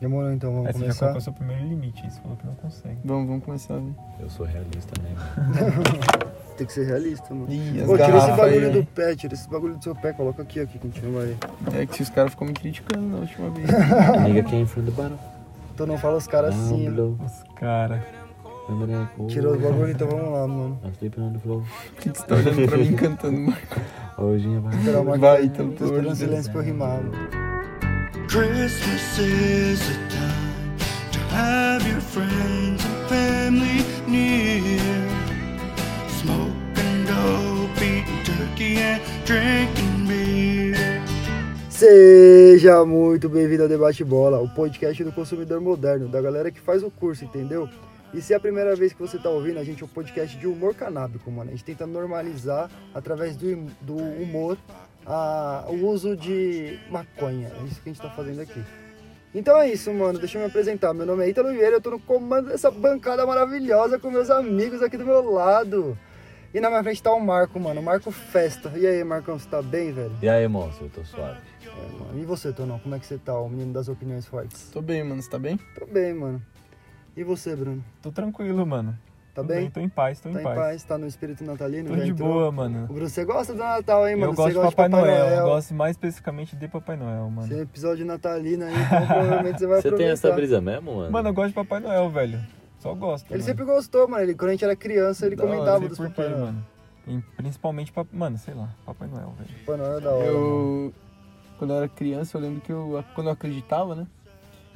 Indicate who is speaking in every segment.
Speaker 1: Demorou então, vamos
Speaker 2: Aí você já
Speaker 1: começar.
Speaker 2: colocou seu primeiro limite, aí você falou que não consegue.
Speaker 3: Vamos, vamos começar, velho.
Speaker 4: Eu sou realista, né?
Speaker 1: Tem que ser realista, mano.
Speaker 3: Ih, as
Speaker 1: Pô, tira esse
Speaker 3: garrafas aí, né?
Speaker 1: bagulho
Speaker 3: velho.
Speaker 1: do pé, tira esse bagulho do seu pé, coloca aqui, aqui, que a gente não vai.
Speaker 3: É que os caras ficam me criticando na última vez.
Speaker 4: Liga quem é em frente do barão.
Speaker 1: Então não fala os caras assim. ó.
Speaker 4: Pablo,
Speaker 2: Os cara.
Speaker 4: André,
Speaker 1: Tirou os bagulho, então vamos lá, mano.
Speaker 4: Nós é do flow.
Speaker 3: que tu tá olhando pra mim cantando uma
Speaker 4: Hoje é mais.
Speaker 1: Esperar uma-
Speaker 3: Vai, então,
Speaker 1: Tô
Speaker 3: pelo amor
Speaker 1: esperando
Speaker 3: de Deus.
Speaker 1: silêncio pra eu rimar, mano.
Speaker 5: Christmas is a time to have your friends and family near. Smoking dope, eating turkey, and drinking beer.
Speaker 1: Seja muito bem-vindo ao Debate Bola, o podcast do consumidor moderno, da galera que faz o curso, entendeu? E se é a primeira vez que você tá ouvindo, a gente é um podcast de humor canábico, mano. A gente tenta normalizar, através do, hum- do humor, a- o uso de maconha. É isso que a gente tá fazendo aqui. Então é isso, mano. Deixa eu me apresentar. Meu nome é Ítalo Vieira, eu tô no comando dessa bancada maravilhosa com meus amigos aqui do meu lado. E na minha frente tá o Marco, mano. Marco Festa. E aí, Marcão, você tá bem, velho?
Speaker 4: E aí, moço, eu tô suave.
Speaker 1: É, mano. E você, Tonão, como é que você tá, o menino das opiniões fortes?
Speaker 3: Tô bem, mano. Você tá bem?
Speaker 1: Tô bem, mano. E você, Bruno?
Speaker 2: Tô tranquilo, mano.
Speaker 1: Tá
Speaker 2: Tô
Speaker 1: bem?
Speaker 2: Tô em paz, tô
Speaker 1: tá
Speaker 2: em paz.
Speaker 1: Tá no espírito natalino?
Speaker 2: Tô
Speaker 1: Já
Speaker 2: de
Speaker 1: entrou?
Speaker 2: boa, mano.
Speaker 1: O Bruno, você gosta do Natal, hein, mano?
Speaker 2: eu
Speaker 1: Você
Speaker 2: gosto de
Speaker 1: gosta
Speaker 2: Papai, Noel. Eu gosto mais especificamente de Papai Noel, mano.
Speaker 1: Esse é episódio natalino aí, então provavelmente você vai
Speaker 4: Você tem essa brisa
Speaker 1: aproveitar.
Speaker 4: mesmo, mano?
Speaker 2: Mano, eu gosto de Papai Noel, velho. Só gosto.
Speaker 1: Ele
Speaker 2: mano.
Speaker 1: sempre gostou, mano. Ele, quando a gente era criança, ele
Speaker 2: Da hora,
Speaker 1: comentava
Speaker 2: sei
Speaker 1: dos
Speaker 2: por
Speaker 1: Papai
Speaker 2: quê,
Speaker 1: Noel.
Speaker 2: mano. E principalmente, pap... mano, sei lá, Papai Noel, velho.
Speaker 1: Papai Noel é da hora.
Speaker 3: Eu, quando eu era criança, eu lembro que eu, quando eu acreditava, né?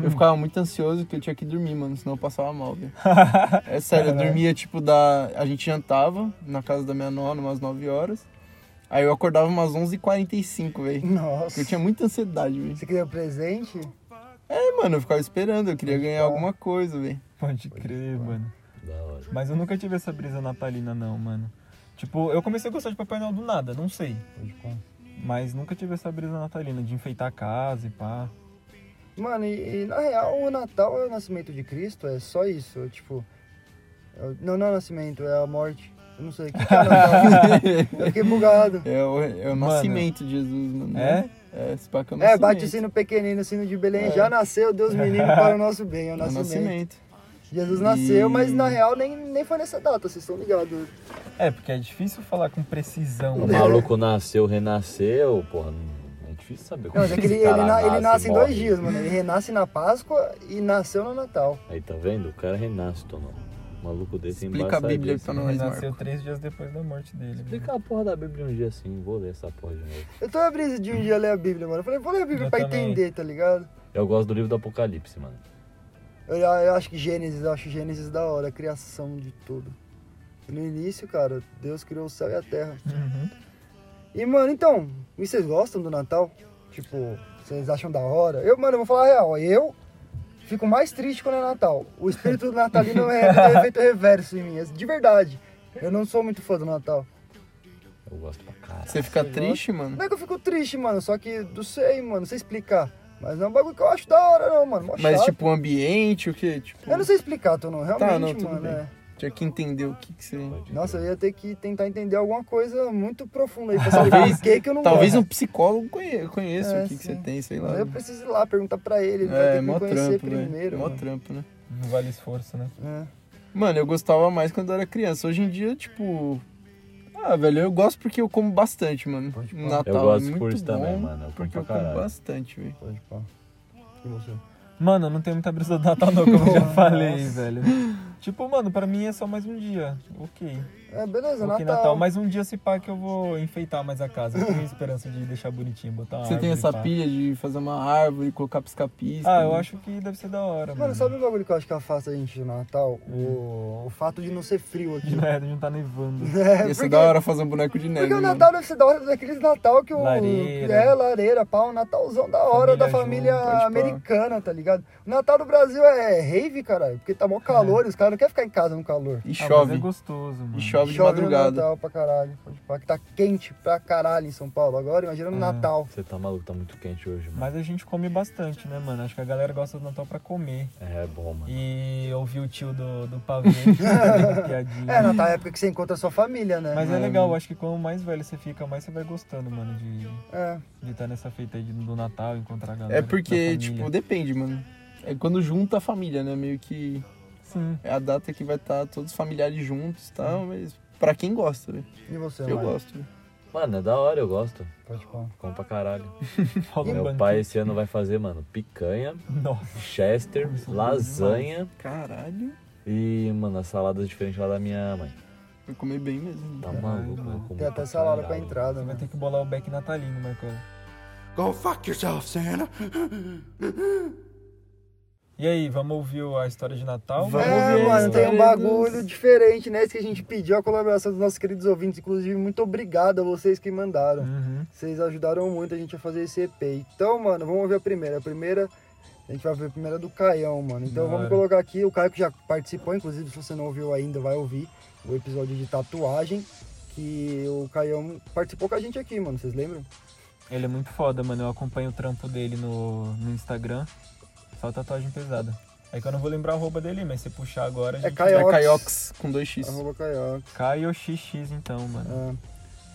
Speaker 1: Hum.
Speaker 3: Eu ficava muito ansioso que eu tinha que dormir, mano, senão eu passava mal, velho. É sério, eu dormia, tipo, da... a gente jantava na casa da minha nona, umas 9 horas. Aí eu acordava umas 11h45, velho.
Speaker 1: Nossa.
Speaker 3: Eu tinha muita ansiedade, velho.
Speaker 1: Você queria um presente?
Speaker 3: É, mano, eu ficava esperando, eu queria
Speaker 1: Então.
Speaker 3: ganhar alguma coisa, velho.
Speaker 2: Pode crer, mano.
Speaker 4: Da hora.
Speaker 2: Mas eu nunca tive essa brisa natalina, não, mano. Tipo, eu comecei a gostar de Papai Noel do nada, não sei. Mas nunca tive essa brisa natalina de enfeitar a casa e pá.
Speaker 1: Mano, e, e, na real o Natal é o nascimento de Cristo, é só isso, é, tipo. é o- não, não é o nascimento, é a morte. Eu não sei o que, que é o Natal. eu fiquei bugado.
Speaker 3: É o, é o
Speaker 2: Mano.
Speaker 3: nascimento de Jesus, mano.
Speaker 2: É?
Speaker 3: É, esse pá que é o
Speaker 1: É, bate o
Speaker 3: nascimento.
Speaker 1: sino pequenino, o sino de Belém,
Speaker 3: É.
Speaker 1: já nasceu, Deus menino para o nosso bem, é o
Speaker 3: É o
Speaker 1: nascimento.
Speaker 3: nascimento.
Speaker 1: Jesus nasceu,
Speaker 3: E-
Speaker 1: mas na real nem, nem foi nessa data, vocês estão ligados.
Speaker 2: É, porque é difícil falar com precisão.
Speaker 4: O maluco nasceu, renasceu, porra. não- É difícil saber como
Speaker 1: Não, mas é que ele,
Speaker 4: esse cara
Speaker 1: ele, na- ele nasce em dois
Speaker 4: morre.
Speaker 1: dias, mano. Ele renasce na Páscoa e nasceu no Natal.
Speaker 4: Aí tá vendo? O cara renasce, Tonão. O maluco desse é
Speaker 3: Explica a Bíblia
Speaker 4: embaçadíssimo.
Speaker 3: pra
Speaker 2: Ele
Speaker 3: nós,
Speaker 2: nasceu
Speaker 3: Marco.
Speaker 2: três dias depois da morte dele. velho.
Speaker 4: Explica a porra da Bíblia um dia assim, vou ler essa porra de novo.
Speaker 1: Eu tô na brisa de um dia ler a Bíblia, mano. Eu falei, vou ler a Bíblia
Speaker 2: Eu
Speaker 1: pra
Speaker 2: também.
Speaker 1: entender, tá ligado?
Speaker 4: Eu gosto do livro do Apocalipse, mano.
Speaker 1: Eu, eu acho que Gênesis, eu acho Gênesis da hora, a criação de tudo. No início, cara, Deus criou o céu e a terra.
Speaker 2: Uhum.
Speaker 1: E, mano, então, e vocês gostam do Natal? Tipo, vocês acham da hora? Eu, mano, eu vou falar a real, eu fico mais triste quando é Natal. O espírito natalino é tem efeito reverso em mim, é de verdade. Eu não sou muito fã do Natal.
Speaker 4: Eu gosto pra caralho.
Speaker 3: Você fica
Speaker 1: Você
Speaker 3: triste, mano?
Speaker 1: Não é que eu fico triste, mano, só que não sei, mano, não sei explicar. Mas não é um bagulho que eu acho da hora, não, mano. mó
Speaker 3: Mas,
Speaker 1: chato.
Speaker 3: tipo, o ambiente, o que? Tipo,
Speaker 1: Eu não sei explicar, tô não, realmente,
Speaker 3: não, tudo
Speaker 1: mano.
Speaker 3: bem.
Speaker 1: É.
Speaker 3: tinha que entender o que, que você.
Speaker 4: Pode
Speaker 1: Nossa, eu
Speaker 4: crer.
Speaker 1: ia ter que tentar entender alguma coisa muito profunda aí pra saber por que, que eu não
Speaker 3: Talvez um
Speaker 1: gosto.
Speaker 3: psicólogo conhe- conheça
Speaker 1: É,
Speaker 3: o que, que você
Speaker 1: sim.
Speaker 3: tem, sei lá.
Speaker 1: Eu preciso ir lá perguntar pra ele, ele vai ter
Speaker 3: É,
Speaker 1: que me
Speaker 3: mó
Speaker 1: conhecer
Speaker 3: trampo,
Speaker 1: primeiro.
Speaker 3: velho. Mó
Speaker 1: mano.
Speaker 3: trampo, né?
Speaker 2: Não vale esforço, né?
Speaker 1: É.
Speaker 3: Mano, eu gostava mais quando eu era criança. Hoje em dia, tipo. Ah, velho, eu gosto porque eu como bastante, mano.
Speaker 1: Pode pôr.
Speaker 3: No Natal
Speaker 4: Eu gosto
Speaker 3: é
Speaker 4: de
Speaker 3: muito
Speaker 4: curso
Speaker 3: bom,
Speaker 4: também, mano. Eu como
Speaker 3: Porque
Speaker 4: pra
Speaker 3: eu como
Speaker 4: caralho.
Speaker 3: bastante, velho.
Speaker 1: Pode pá. E você?
Speaker 2: Mano, eu não tenho muita brisa do Natal não, como eu já falei, velho. Tipo, mano, pra mim é só mais um dia. Ok.
Speaker 1: É, beleza,
Speaker 2: Ok,
Speaker 1: Natal.
Speaker 2: Natal. Mais um dia se pá que eu vou enfeitar mais a casa. Eu tenho esperança de deixar bonitinho, botar uma
Speaker 3: Você tem
Speaker 2: árvore,
Speaker 3: essa
Speaker 2: pá.
Speaker 3: pilha de fazer uma árvore, colocar pisca-pisca.
Speaker 2: Ah, eu
Speaker 3: né?
Speaker 2: acho que deve ser da hora, mano.
Speaker 1: Mano, sabe o bagulho que eu acho que afasta a gente do Natal? O... o fato de não ser frio aqui.
Speaker 2: É, não tá nevando.
Speaker 1: É,
Speaker 3: Ia ser da hora fazer um boneco de neve.
Speaker 1: Porque o
Speaker 3: mano.
Speaker 1: Natal deve ser da hora daqueles Natal que o.
Speaker 2: Lareira.
Speaker 1: É, lareira, pau, um Natalzão da hora
Speaker 2: Família
Speaker 1: da família
Speaker 2: junto,
Speaker 3: pode pá.
Speaker 1: americana, tá ligado? O Natal do Brasil é rave, caralho, porque tá mó calor, e os caras não querem ficar em casa no calor.
Speaker 3: E
Speaker 2: Ah,
Speaker 3: chove.
Speaker 2: mas é gostoso, mano.
Speaker 3: E chove de
Speaker 1: Chove no
Speaker 3: madrugada.
Speaker 1: Natal pra caralho. Pode pá, que tá quente pra caralho em São Paulo agora, imagina no
Speaker 2: É.
Speaker 1: Natal.
Speaker 4: Você tá maluco, tá muito quente hoje, mano.
Speaker 2: Mas a gente come bastante, né, mano? Acho que a galera gosta do Natal pra comer.
Speaker 4: É, é bom, mano.
Speaker 2: E ouvir o tio do, do pavê. tá fazendo piadinha.
Speaker 1: É, Natal é a época que você encontra sua família, né?
Speaker 2: Mas é
Speaker 3: Mano.
Speaker 2: legal, acho que quanto mais velho você fica, mais você vai gostando, mano, de tá
Speaker 1: É.
Speaker 2: estar nessa feita aí do Natal, encontrar a galera.
Speaker 3: É
Speaker 2: da
Speaker 3: porque,
Speaker 2: família.
Speaker 3: tipo, depende, mano. É quando junta a família, né? Meio que
Speaker 2: Sim.
Speaker 3: é a data que vai estar todos os familiares juntos e
Speaker 2: Hum.
Speaker 3: tal, mas pra quem gosta, velho.
Speaker 1: E você,
Speaker 3: Eu
Speaker 1: Mário?
Speaker 3: gosto. velho.
Speaker 4: Mano, é da hora, eu gosto.
Speaker 1: Pode pôr.
Speaker 4: Como pra caralho.
Speaker 2: Rola um
Speaker 4: Meu
Speaker 2: banquinho.
Speaker 4: pai esse ano vai fazer, mano, picanha,
Speaker 2: Nossa.
Speaker 4: chester,
Speaker 2: Isso é
Speaker 4: lasanha
Speaker 3: Caralho.
Speaker 4: e, mano, as saladas diferentes lá da minha mãe.
Speaker 3: Vai comer bem mesmo.
Speaker 4: Tá
Speaker 2: Caralho,
Speaker 4: maluco,
Speaker 2: mano.
Speaker 4: eu comi
Speaker 1: Tem até
Speaker 4: pra
Speaker 1: salada pra
Speaker 4: caralho.
Speaker 1: entrada,
Speaker 2: Você vai
Speaker 1: né?
Speaker 2: ter que bolar o back natalino, Marcola.
Speaker 5: Go fuck yourself, Santa.
Speaker 2: E aí, vamos ouvir a história de Natal?
Speaker 3: Vamos
Speaker 1: É,
Speaker 3: ver
Speaker 1: mano,
Speaker 3: isso,
Speaker 1: tem um
Speaker 3: né?
Speaker 1: bagulho diferente, né? Isso que a gente pediu a colaboração dos nossos queridos ouvintes. Inclusive, muito obrigado a vocês que mandaram.
Speaker 2: Uhum.
Speaker 1: Vocês ajudaram muito a gente a fazer esse EP. Então, mano, vamos ver a primeira. A primeira, a gente vai ver a primeira do Caião, mano. Então
Speaker 2: Da
Speaker 1: vamos
Speaker 2: hora.
Speaker 1: colocar aqui, o Caio que já participou, inclusive, se você não ouviu ainda, vai ouvir o episódio de tatuagem. Que o Caião participou com a gente aqui, mano. Vocês lembram?
Speaker 2: Ele é muito foda, mano. Eu acompanho o trampo dele no, no Instagram. Só tatuagem pesada. É que eu não vou lembrar a roupa dele, mas se puxar agora, a
Speaker 1: É
Speaker 2: gente...
Speaker 1: Caiox.
Speaker 3: É Caiox com 2x.
Speaker 1: Arroba Caiox.
Speaker 2: Caio XX, então, mano.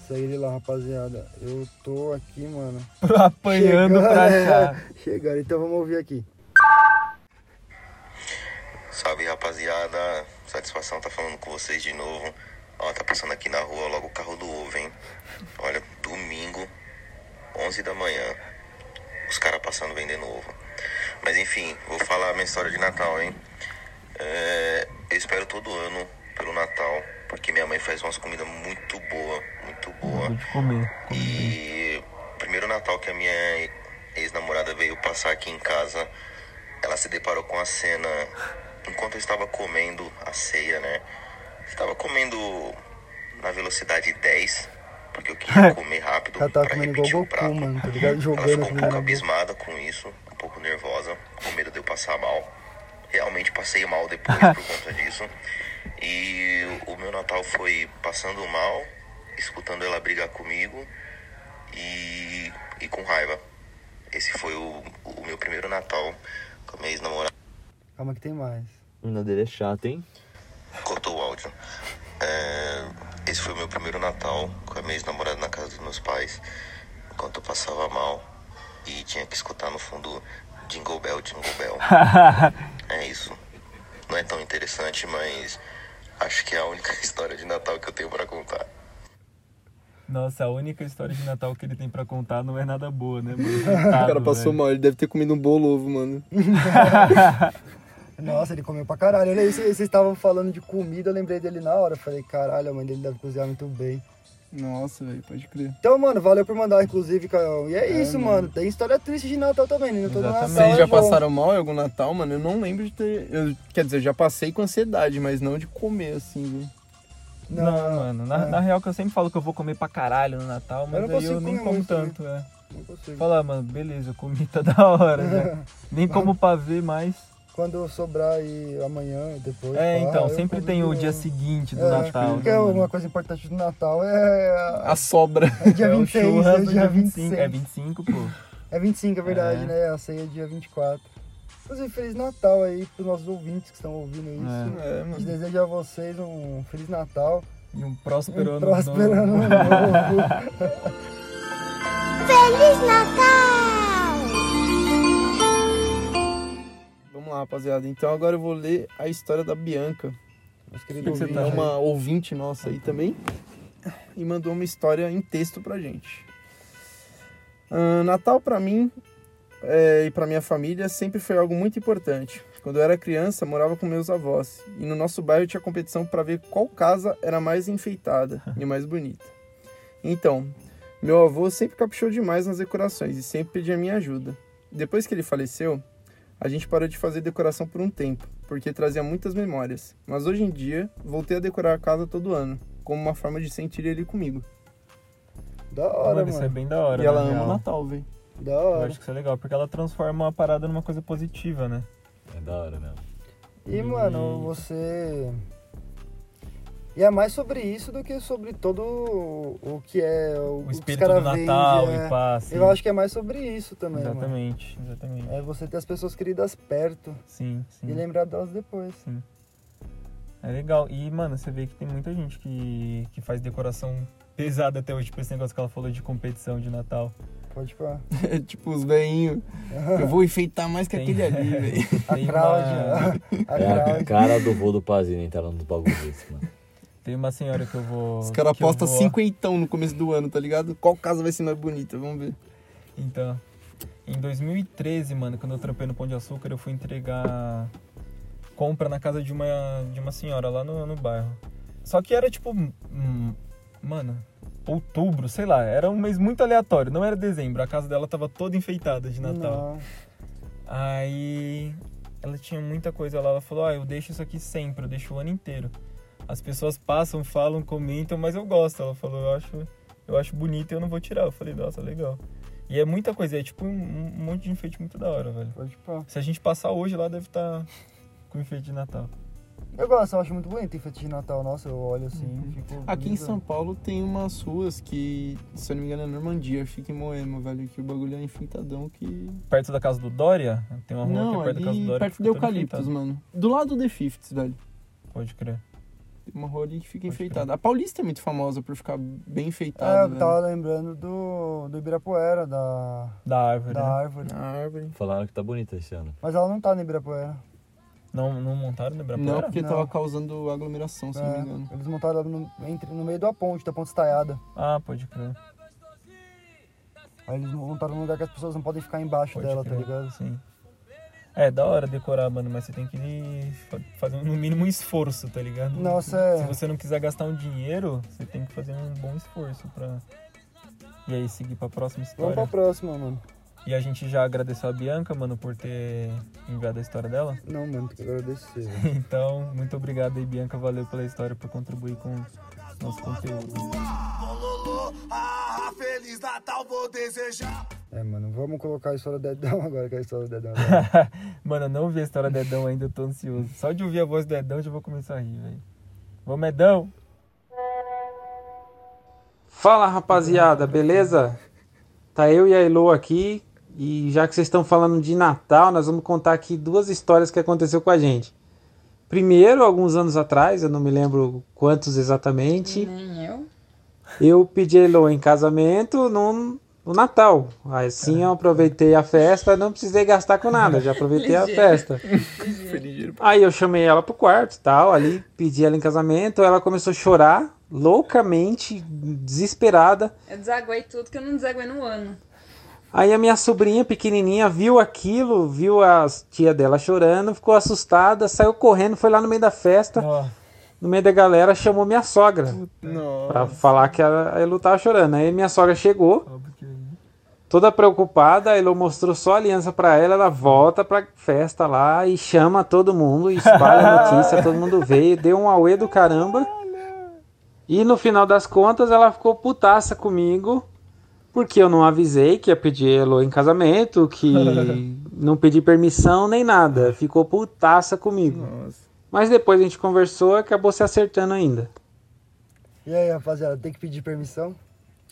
Speaker 1: É. Segue ele lá, rapaziada. Eu tô aqui, mano.
Speaker 2: Apanhando
Speaker 1: Chegando,
Speaker 2: pra
Speaker 1: é.
Speaker 2: achar.
Speaker 1: Chegaram, então vamos ouvir aqui.
Speaker 6: Salve rapaziada, satisfação tá falando com vocês de novo. Ó, tá passando aqui na rua logo o carro do ovo, hein? Olha, domingo, 11 da manhã, os caras passando vendendo ovo. Mas enfim, vou falar a minha história de Natal, hein? É, eu espero todo ano pelo Natal, porque minha mãe faz umas comidas muito boa, muito boa.
Speaker 2: Vou te comer.
Speaker 6: E o primeiro Natal que a minha ex-namorada veio passar aqui em casa, ela se deparou com a cena enquanto eu estava comendo a ceia, né? Estava comendo na velocidade 10, porque eu queria comer rápido
Speaker 1: Ela tava
Speaker 6: para
Speaker 1: comendo
Speaker 6: repetir
Speaker 1: igual
Speaker 6: o
Speaker 1: Goku,
Speaker 6: prato.
Speaker 1: mano. Tá ligado?
Speaker 6: Ela
Speaker 1: Jogando
Speaker 6: ficou
Speaker 1: a
Speaker 6: um
Speaker 1: comida
Speaker 6: pouco
Speaker 1: na boca.
Speaker 6: abismada com isso, um pouco nervosa, com medo de eu passar mal. Realmente passei mal depois por conta disso. E o meu Natal foi passando mal, escutando ela brigar comigo e, e com raiva. Esse foi o, o meu primeiro Natal com a minha ex-namorada.
Speaker 1: Calma que tem mais.
Speaker 4: A mina dele é chata, hein?
Speaker 6: Cortou o áudio. É, esse foi o meu primeiro Natal com a minha ex-namorada na casa dos meus pais, enquanto eu passava mal e tinha que escutar no fundo Jingle Bell, Jingle Bell. é isso. Não é tão interessante, mas acho que é a única história de Natal que eu tenho pra contar.
Speaker 2: Nossa, a única história de Natal que ele tem pra contar não é nada boa, né, mano? Coitado,
Speaker 3: O cara passou
Speaker 2: velho.
Speaker 3: mal, ele deve ter comido um bolo ovo, mano.
Speaker 1: Nossa, ele comeu pra caralho. Olha aí, vocês vocês estavam falando de comida, eu lembrei dele na hora. Eu Falei, caralho, a mãe dele deve cozinhar muito bem.
Speaker 3: Nossa, velho, pode crer.
Speaker 1: Então, mano, valeu por mandar, inclusive, Caião. E é,
Speaker 3: É,
Speaker 1: isso, mano.
Speaker 3: mano.
Speaker 1: Tem história triste de Natal também, né? Todo
Speaker 2: Exatamente.
Speaker 1: Natal
Speaker 3: Vocês
Speaker 1: é
Speaker 3: já
Speaker 1: bom.
Speaker 3: passaram mal em algum Natal, mano? Eu não lembro de ter. Eu, quer dizer, eu já passei com ansiedade, mas não de comer, assim, velho.
Speaker 2: Não, mano. Na,
Speaker 1: é.
Speaker 2: na real que eu sempre falo que eu vou comer pra caralho no Natal, mas
Speaker 1: não
Speaker 2: aí
Speaker 1: consigo
Speaker 2: eu nem
Speaker 1: comer
Speaker 2: como
Speaker 1: muito, né?
Speaker 2: tanto, é.
Speaker 1: Não consigo.
Speaker 2: Fala, mano, beleza, eu comi tá da hora, né? Nem como pavê mais.
Speaker 1: Quando sobrar e amanhã, depois.
Speaker 2: É,
Speaker 1: pá,
Speaker 2: então,
Speaker 1: Ah, eu
Speaker 2: sempre
Speaker 1: como
Speaker 2: tem o
Speaker 1: de
Speaker 2: dia
Speaker 1: novo.
Speaker 2: seguinte do
Speaker 1: É,
Speaker 2: Natal.
Speaker 1: Porque
Speaker 2: né, mano?
Speaker 1: uma coisa importante do Natal é.
Speaker 3: A sobra.
Speaker 1: É dia
Speaker 2: É o
Speaker 1: 26,
Speaker 2: churrasco
Speaker 1: é
Speaker 2: do
Speaker 1: dia
Speaker 2: 25.
Speaker 1: 25.
Speaker 2: É 25, pô.
Speaker 1: É 25, é verdade,
Speaker 2: É.
Speaker 1: né? A ceia é dia 24. Inclusive, Feliz Natal aí pros nossos ouvintes que estão ouvindo isso. né?
Speaker 3: É,
Speaker 1: A gente
Speaker 3: mano.
Speaker 1: deseja a vocês um Feliz Natal.
Speaker 2: E um próspero
Speaker 1: um
Speaker 2: ano
Speaker 1: próspero
Speaker 2: novo.
Speaker 1: ano novo.
Speaker 7: Feliz Natal!
Speaker 3: Vamos lá, rapaziada. Então agora eu vou ler a história da Bianca.
Speaker 1: Nosso
Speaker 3: que
Speaker 1: querido
Speaker 3: você
Speaker 1: ouvinte.
Speaker 3: tá é uma ouvinte nossa aí também. E mandou uma história em texto pra gente. Ah, Natal pra mim é, e pra minha família sempre foi algo muito importante. Quando eu era criança, morava com meus avós. E no nosso bairro tinha competição pra ver qual casa era mais enfeitada e mais bonita. Então, meu avô sempre caprichou demais nas decorações e sempre pedia minha ajuda. Depois que ele faleceu, a gente parou de fazer decoração por um tempo, porque trazia muitas memórias. Mas hoje em dia, voltei a decorar a casa todo ano, como uma forma de sentir ele comigo.
Speaker 1: Da hora,
Speaker 2: Mano,
Speaker 1: mano.
Speaker 2: isso é bem da hora,
Speaker 3: e ela
Speaker 2: na
Speaker 3: ama
Speaker 2: real.
Speaker 3: o Natal, velho.
Speaker 1: Da
Speaker 2: Eu
Speaker 1: hora.
Speaker 2: acho que isso é legal, porque ela transforma uma parada numa coisa positiva, né?
Speaker 4: É da hora mesmo.
Speaker 1: E, mano, você. E é mais sobre isso do que sobre todo o o que é o,
Speaker 2: O
Speaker 1: que os
Speaker 2: espírito
Speaker 1: cara
Speaker 2: do
Speaker 1: vende,
Speaker 2: Natal
Speaker 1: é.
Speaker 2: e paz.
Speaker 1: Eu acho que é mais sobre isso também, mano.
Speaker 2: Exatamente, exatamente.
Speaker 1: É você ter as pessoas queridas perto
Speaker 2: Sim, sim.
Speaker 1: e lembrar delas depois.
Speaker 2: É legal. E, mano, você vê que tem muita gente que, que faz decoração pesada até hoje, tipo esse negócio que ela falou de competição de Natal.
Speaker 1: Pode pôr.
Speaker 3: tipo, os veinhos. Eu vou enfeitar mais que
Speaker 2: Tem-
Speaker 3: aquele ali, velho.
Speaker 1: A né?
Speaker 2: Tem uma,
Speaker 1: Cláudia. A
Speaker 4: É a
Speaker 1: Cláudia.
Speaker 4: cara do vô do Pazini entrando nos bagulhos desse, mano.
Speaker 2: tem uma senhora que eu vou.
Speaker 3: Os caras
Speaker 2: que eu
Speaker 3: apostam
Speaker 2: vou-
Speaker 3: cinquentão no começo do ano, tá ligado? Qual casa vai ser mais bonita? Vamos ver.
Speaker 2: Então, em 2013, mano, quando eu trampei no Pão de Açúcar, eu fui entregar compra na casa de uma, de uma senhora lá no, no bairro. Só que era tipo. hum, Mano, outubro, sei lá, era um mês muito aleatório, não era dezembro, a casa dela tava toda enfeitada de É. Natal.
Speaker 1: Não.
Speaker 2: Aí ela tinha muita coisa lá. Ela falou: Ah, eu deixo isso aqui sempre, eu deixo o ano inteiro. As pessoas passam, falam, comentam, mas eu gosto. Ela falou: Eu acho, eu acho bonito e eu não vou tirar. Eu falei: Nossa, legal. E é muita coisa, é tipo um, um monte de enfeite muito da hora, velho.
Speaker 1: Pode pôr.
Speaker 2: Se a gente passar hoje lá, deve estar com enfeite de Natal.
Speaker 1: Eu gosto, eu acho muito bonito enfeite de Natal. Nossa, eu olho assim,
Speaker 3: Uhum.
Speaker 1: fico...
Speaker 3: Aqui em
Speaker 1: brisando.
Speaker 3: São Paulo tem umas ruas que, se eu não me engano, é Normandia, fica em Moema, velho, que o bagulho é enfeitadão que.
Speaker 2: Perto da casa do Dória, tem uma rua que
Speaker 3: Não,
Speaker 2: é perto da casa do
Speaker 3: ali
Speaker 2: Dória. que
Speaker 3: perto do
Speaker 2: fica toda
Speaker 3: Eucaliptos,
Speaker 2: enfeitada.
Speaker 3: mano. Do lado do The Fifths, velho.
Speaker 2: Pode crer.
Speaker 3: Tem uma rua ali que fica
Speaker 2: Pode
Speaker 3: enfeitada. A Paulista é muito famosa por ficar bem
Speaker 1: É,
Speaker 3: enfeitada.
Speaker 1: eu tava lembrando do, do Ibirapuera, da,
Speaker 2: Da árvore.
Speaker 1: da
Speaker 2: né?
Speaker 1: árvore.
Speaker 3: velho. A árvore.
Speaker 4: Falaram que tá bonita esse ano.
Speaker 1: Mas ela não tá no Ibirapuera.
Speaker 2: Não, não montaram né, no
Speaker 3: Não, Ah.
Speaker 2: Ibirapuera?
Speaker 3: porque
Speaker 1: Não.
Speaker 3: tava causando aglomeração, se eu não me engano.
Speaker 1: É, eles montaram ela no, entre, no meio da ponte, da ponte estaiada.
Speaker 2: Ah, pode crer.
Speaker 1: Aí eles montaram num lugar que as pessoas não podem ficar embaixo
Speaker 2: Pode
Speaker 1: dela, tá
Speaker 2: crer,
Speaker 1: ligado?
Speaker 2: Sim. É, da hora decorar, mano, mas você tem que fa- fazer no mínimo um esforço, tá ligado?
Speaker 1: Nossa,
Speaker 2: Se
Speaker 1: é.
Speaker 2: você não quiser gastar um dinheiro, você tem que fazer um bom esforço pra. E aí, seguir pra próxima
Speaker 1: Vamos
Speaker 2: história.
Speaker 1: pra próxima, mano.
Speaker 2: E a gente já agradeceu a Bianca, mano, por ter enviado a história dela.
Speaker 1: Não, mano, tem que agradecer. velho.
Speaker 2: Então, muito obrigado aí, Bianca. Valeu pela história, por contribuir com nosso conteúdo.
Speaker 5: Ah, Feliz Natal vou desejar.
Speaker 1: É, mano, vamos colocar a história do Dedão agora, que é a história do Dedão. agora.
Speaker 2: Mano, eu não vi a história do Edão ainda, eu tô ansioso. Só de ouvir a voz do Edão, eu já vou começar a rir, velho. Vamos, Edão!
Speaker 8: Fala rapaziada, beleza? Tá eu e a Elo aqui e já que vocês estão falando de Natal, nós vamos contar aqui duas histórias que aconteceu com a gente. Primeiro, alguns anos atrás, eu não me lembro quantos exatamente,
Speaker 9: Nem eu.
Speaker 8: eu pedi a Elo em casamento no, no Natal. Assim eu aproveitei a festa, não precisei gastar com nada, já aproveitei a
Speaker 9: Ligeiro.
Speaker 8: festa. Aí eu chamei ela pro quarto, tal, ali, pedi ela em casamento, ela começou a chorar loucamente, desesperada.
Speaker 9: Eu desaguei tudo que eu não desaguei no ano.
Speaker 8: Aí a minha sobrinha pequenininha viu aquilo, viu a tia dela chorando, ficou assustada, saiu correndo, foi lá no meio da festa,
Speaker 2: Ó,
Speaker 8: no meio da galera, chamou minha sogra pra falar que a Elo tava chorando. Aí minha sogra chegou,
Speaker 2: óbvio que
Speaker 8: toda preocupada, a Elo mostrou só a aliança pra ela, ela volta pra festa lá e chama todo mundo, e espalha a notícia, todo mundo veio, deu um auê do caramba. E no final das contas ela ficou putaça comigo, porque eu não avisei que ia pedir Elo em casamento, que não pedi permissão nem nada, ficou putaça comigo.
Speaker 3: Nossa.
Speaker 8: Mas depois a gente conversou e acabou se acertando ainda.
Speaker 1: E aí, rapaziada, tem que pedir permissão?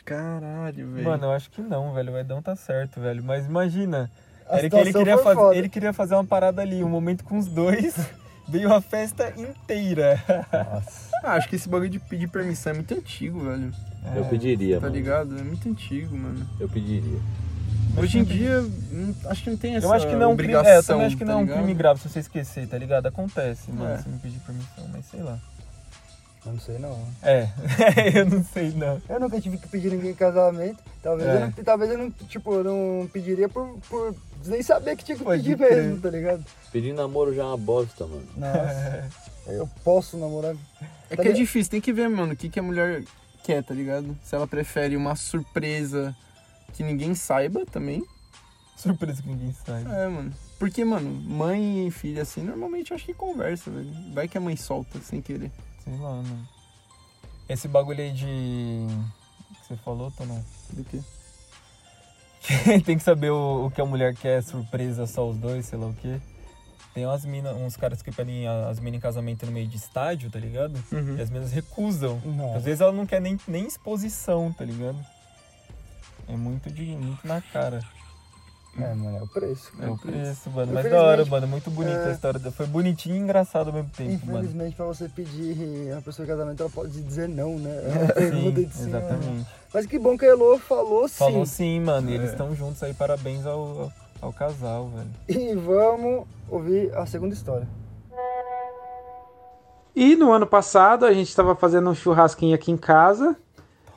Speaker 3: Caralho, velho.
Speaker 2: Mano, eu acho que não, velho. O Edão tá certo, velho. Mas imagina.
Speaker 1: A
Speaker 2: Era que ele
Speaker 1: situação
Speaker 2: queria,
Speaker 1: foi
Speaker 2: faz-
Speaker 1: foda.
Speaker 2: ele queria fazer uma parada ali, um momento com os dois. Veio a festa inteira.
Speaker 3: Ah, acho que esse bagulho de pedir permissão é muito antigo, velho.
Speaker 4: Eu pediria,
Speaker 3: Tá
Speaker 4: mano.
Speaker 3: ligado? É muito antigo, mano.
Speaker 4: Eu pediria.
Speaker 3: Hoje em dia, não- acho que não tem essa
Speaker 2: Eu acho que não é um crime. É, eu
Speaker 3: obrigação,
Speaker 2: também acho que não é um
Speaker 3: tá
Speaker 2: crime
Speaker 3: ligado?
Speaker 2: grave se você esquecer, tá ligado? Acontece, mano,
Speaker 3: É.
Speaker 2: se me pedir permissão, mas sei lá.
Speaker 1: Eu não sei não.
Speaker 2: É, eu não sei não.
Speaker 1: Eu nunca tive que pedir ninguém em casamento. Talvez,
Speaker 2: É.
Speaker 1: eu, não, talvez eu não, tipo, eu não pediria por, por nem saber que tinha que
Speaker 2: Pode
Speaker 1: pedir
Speaker 2: crer.
Speaker 1: mesmo, tá ligado?
Speaker 4: Pedir namoro já é uma bosta, mano.
Speaker 1: Nossa, eu posso namorar.
Speaker 3: É que é difícil, tem que ver, mano, o que, que a mulher quer, tá ligado? Se ela prefere uma surpresa que ninguém saiba também.
Speaker 2: Surpresa que ninguém sabe.
Speaker 3: É, mano. Porque, mano, mãe e filha, assim, normalmente eu acho que conversa, velho. Vai que a mãe solta sem querer.
Speaker 2: Sei lá, mano. Esse bagulho aí de. que você falou, Tonão?
Speaker 3: Do quê?
Speaker 2: tem que saber o, o que a mulher quer, surpresa só os dois, sei lá o quê. Tem umas mina, uns caras que pedem a- as minas em casamento no meio de estádio, tá ligado?
Speaker 1: Uhum.
Speaker 2: E as minas recusam.
Speaker 1: Não.
Speaker 2: Às vezes ela não quer nem, nem exposição, tá ligado? É muito de muito na cara.
Speaker 1: É, mano, é o preço.
Speaker 2: É o preço, mano. Mas
Speaker 1: Infelizmente,
Speaker 2: da hora, mano. Muito bonita
Speaker 1: é.
Speaker 2: a história. dela. Foi bonitinho e engraçado ao mesmo tempo, mano.
Speaker 1: Infelizmente, pra você pedir a pessoa em casamento, ela pode dizer não, né? É uma pergunta de sim. né?
Speaker 2: exatamente.
Speaker 1: Mas que bom que a Elo falou sim. É.
Speaker 2: Falou sim, mano. E eles estão juntos aí. Parabéns ao, ao- ao casal, velho.
Speaker 1: E vamos ouvir a segunda história.
Speaker 8: E no ano passado a gente tava fazendo um churrasquinho aqui em casa.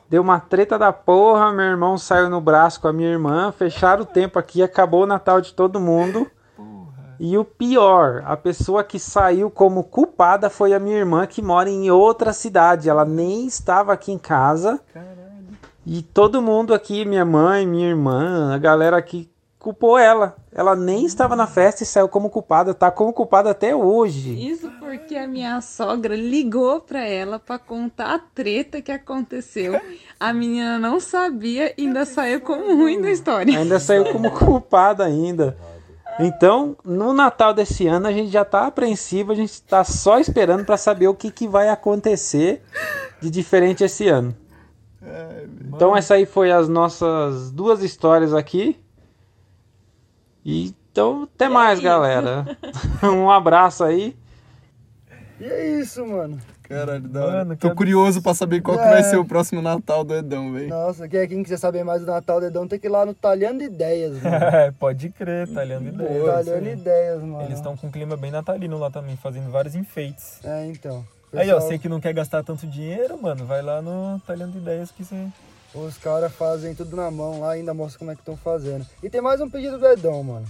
Speaker 8: Deu uma treta da porra, meu irmão saiu no braço com a minha irmã, fecharam o tempo aqui, acabou o Natal de todo mundo. E o pior, a pessoa que saiu como culpada foi a minha irmã que mora em outra cidade. Ela nem estava aqui em casa. E todo mundo aqui, minha mãe, minha irmã, a galera aqui culpou ela. Ela nem estava na festa e saiu como culpada, tá como culpada até hoje.
Speaker 9: Isso porque a minha sogra ligou pra ela pra contar a treta que aconteceu. A menina não sabia e ainda saiu como ruim da história.
Speaker 8: Ainda saiu como culpada ainda. Então, no Natal desse ano, a gente já tá apreensivo, a gente tá só esperando pra saber o que, que vai acontecer de diferente esse ano. Então essa aí foi as nossas duas histórias aqui. E, então, até mais, galera. um abraço aí.
Speaker 1: E é isso, mano.
Speaker 3: Caralho, da hora.
Speaker 2: Mano,
Speaker 3: Tô
Speaker 2: que
Speaker 3: curioso pra saber qual que
Speaker 1: É.
Speaker 3: vai ser o próximo Natal do Edão, velho.
Speaker 1: Nossa, quem, quem quiser saber mais do Natal Dedão tem que ir lá no Talhando Ideias, mano.
Speaker 2: É, pode crer, talhando ideia.
Speaker 1: Talhando Ideias, mano.
Speaker 2: Eles estão com um clima bem natalino lá também, fazendo vários enfeites.
Speaker 1: É, então.
Speaker 2: Aí, ó,
Speaker 1: Pessoal,
Speaker 2: você que não quer gastar tanto dinheiro, mano, vai lá no Talhando Ideias que você.
Speaker 1: Os caras fazem tudo na mão lá, ainda mostra como é que estão fazendo. E tem mais um pedido do Edão, mano.